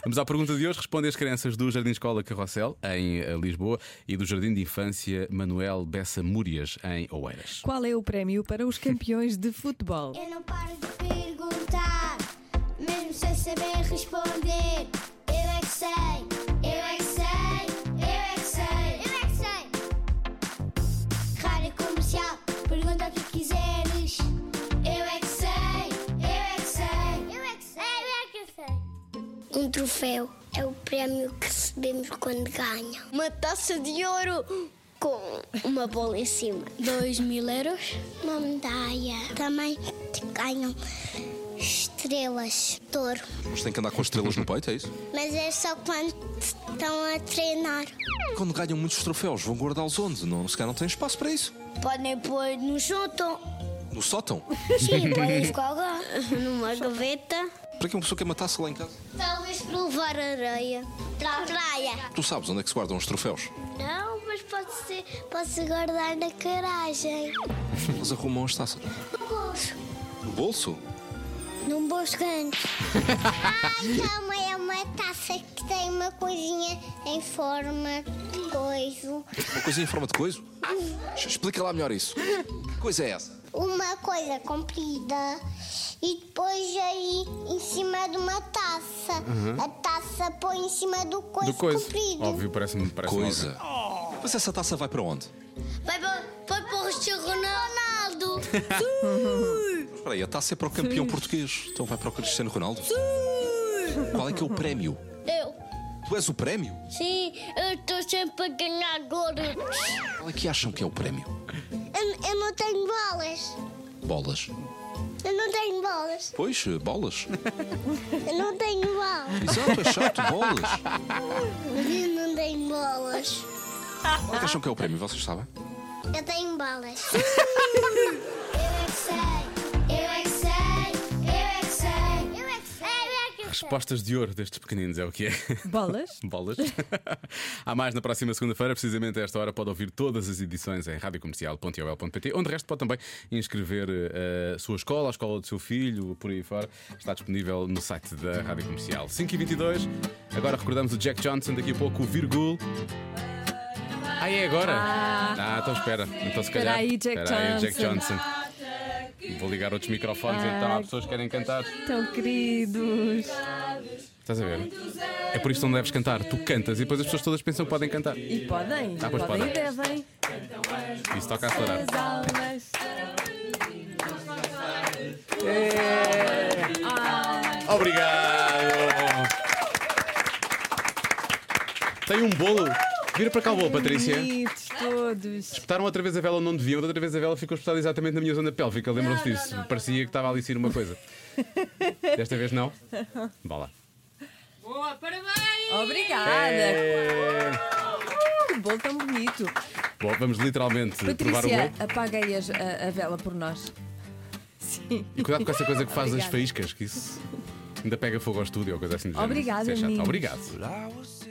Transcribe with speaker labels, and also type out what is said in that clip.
Speaker 1: Vamos à pergunta de hoje. Responde as crianças do Jardim Escola Carrossel, em eh, Lisboa, e do Jardim de Infância Manuel Bessa Múrias, em Oeiras.
Speaker 2: Qual é o prémio para os campeões de futebol?
Speaker 3: Eu não paro de perguntar, mesmo sem saber responder. Eu é que sei, eu é que sei, eu é que sei, eu é que sei. Rádio comercial, pergunta o que quiseres. Eu é que sei, eu é que sei, eu é que sei, eu é que sei.
Speaker 4: Um troféu é o prémio que recebemos quando ganham. Uma taça de ouro com uma bola em cima. Dois mil euros. Uma medalha. Também ganham estrelas de ouro.
Speaker 5: Mas tem que andar com estrelas no peito, é isso?
Speaker 4: Mas é só quando estão a treinar.
Speaker 5: Quando ganham muitos troféus, vão guardá-los onde? Não, se calhar não tem espaço para isso.
Speaker 4: Podem pôr no sótão.
Speaker 5: No sótão.
Speaker 4: Sim, podem ficar lá, numa gaveta.
Speaker 5: Para que uma pessoa queima uma taça lá em casa?
Speaker 4: Talvez para levar areia. Para a praia.
Speaker 5: Tu sabes onde é que se guardam os troféus?
Speaker 4: Não, mas pode ser, pode se guardar na garagem.
Speaker 5: Eles arrumam as taças.
Speaker 4: No bolso.
Speaker 5: No bolso?
Speaker 4: Num bolso grande. ah, então é uma taça que tem uma coisinha em forma de coiso.
Speaker 5: Uma coisinha em forma de coiso? Explica lá melhor isso. Que coisa é essa?
Speaker 4: Uma coisa comprida e depois aí em cima de uma taça. A taça põe em cima do coiso,
Speaker 1: Uhum. Do coisa.
Speaker 4: comprido.
Speaker 1: Óbvio, parece-me parece
Speaker 5: Coisa. Mas essa taça vai para onde?
Speaker 4: Vai para, vai para o Cristiano Ronaldo.
Speaker 5: Espera aí, a taça é para o campeão português. Então vai para o Cristiano Ronaldo. Qual é que é o prémio?
Speaker 4: Eu,
Speaker 5: Tu és o prémio?
Speaker 4: sim, eu estou sempre a ganhar agora.
Speaker 5: Qual é que acham que é o prémio?
Speaker 4: Eu, eu não tenho bolas.
Speaker 5: Bolas.
Speaker 4: Eu não tenho bolas.
Speaker 5: Pois, eh, bolas.
Speaker 4: Eu não tenho bolas.
Speaker 5: Exato, é chato, bolas.
Speaker 4: Eu não tenho bolas.
Speaker 5: Qual é que acham que é o prémio? Vocês sabem?
Speaker 4: Eu tenho bolas.
Speaker 3: Eu é que sei, eu é que sei, eu é que sei, eu é que sei, eu é que sei.
Speaker 1: Respostas de ouro destes pequeninos é o que é.
Speaker 2: Bolas?
Speaker 1: Bolas. Há mais na próxima segunda-feira, precisamente a esta hora. Pode ouvir todas as edições em radiocomercial.ol.pt, onde de resto pode também inscrever eh, a sua escola, a escola do seu filho, por aí fora. Está disponível no site da Rádio Comercial. 5 e 22 agora recordamos o Jack Johnson, daqui a pouco o Virgul. Ah, é agora? Ah, então espera. Então se calhar.
Speaker 2: Espera aí, Jack
Speaker 1: Espera aí, Jack
Speaker 2: Johnson.
Speaker 1: Johnson. Vou ligar outros microfones,
Speaker 2: Ah.
Speaker 1: então há pessoas que querem cantar.
Speaker 2: Tão queridos.
Speaker 1: Estás a ver? É por isso que não deves cantar. Tu cantas e depois as pessoas todas pensam que podem cantar.
Speaker 2: E podem,
Speaker 1: Ah, pois podem.
Speaker 2: podem e devem.
Speaker 1: Isso toca a acelerar.
Speaker 2: As almas.
Speaker 1: Obrigado! Tem um bolo. Vira para cá o bolo, Patrícia.
Speaker 2: Bonitos todos.
Speaker 1: Espetaram outra vez a vela onde não deviam, outra vez a vela ficou espetada exatamente na minha zona pélvica. Lembram-se disso? Parecia que estava ali a ser uma coisa. Desta vez não? Vá lá.
Speaker 6: Boa, parabéns!
Speaker 1: É.
Speaker 2: Obrigada. Que bolo tão bonito.
Speaker 1: Bom, vamos literalmente provar o
Speaker 2: Patrícia,
Speaker 1: bolo.
Speaker 2: apaga aí as- a, a vela por nós. Sim.
Speaker 1: E cuidado com essa coisa que faz das
Speaker 2: Obrigada.
Speaker 1: faíscas, que isso ainda pega fogo ao estúdio ou coisa assim. do género.
Speaker 2: Obrigada,
Speaker 1: Isso é chato.
Speaker 2: meninos.
Speaker 1: Obrigado.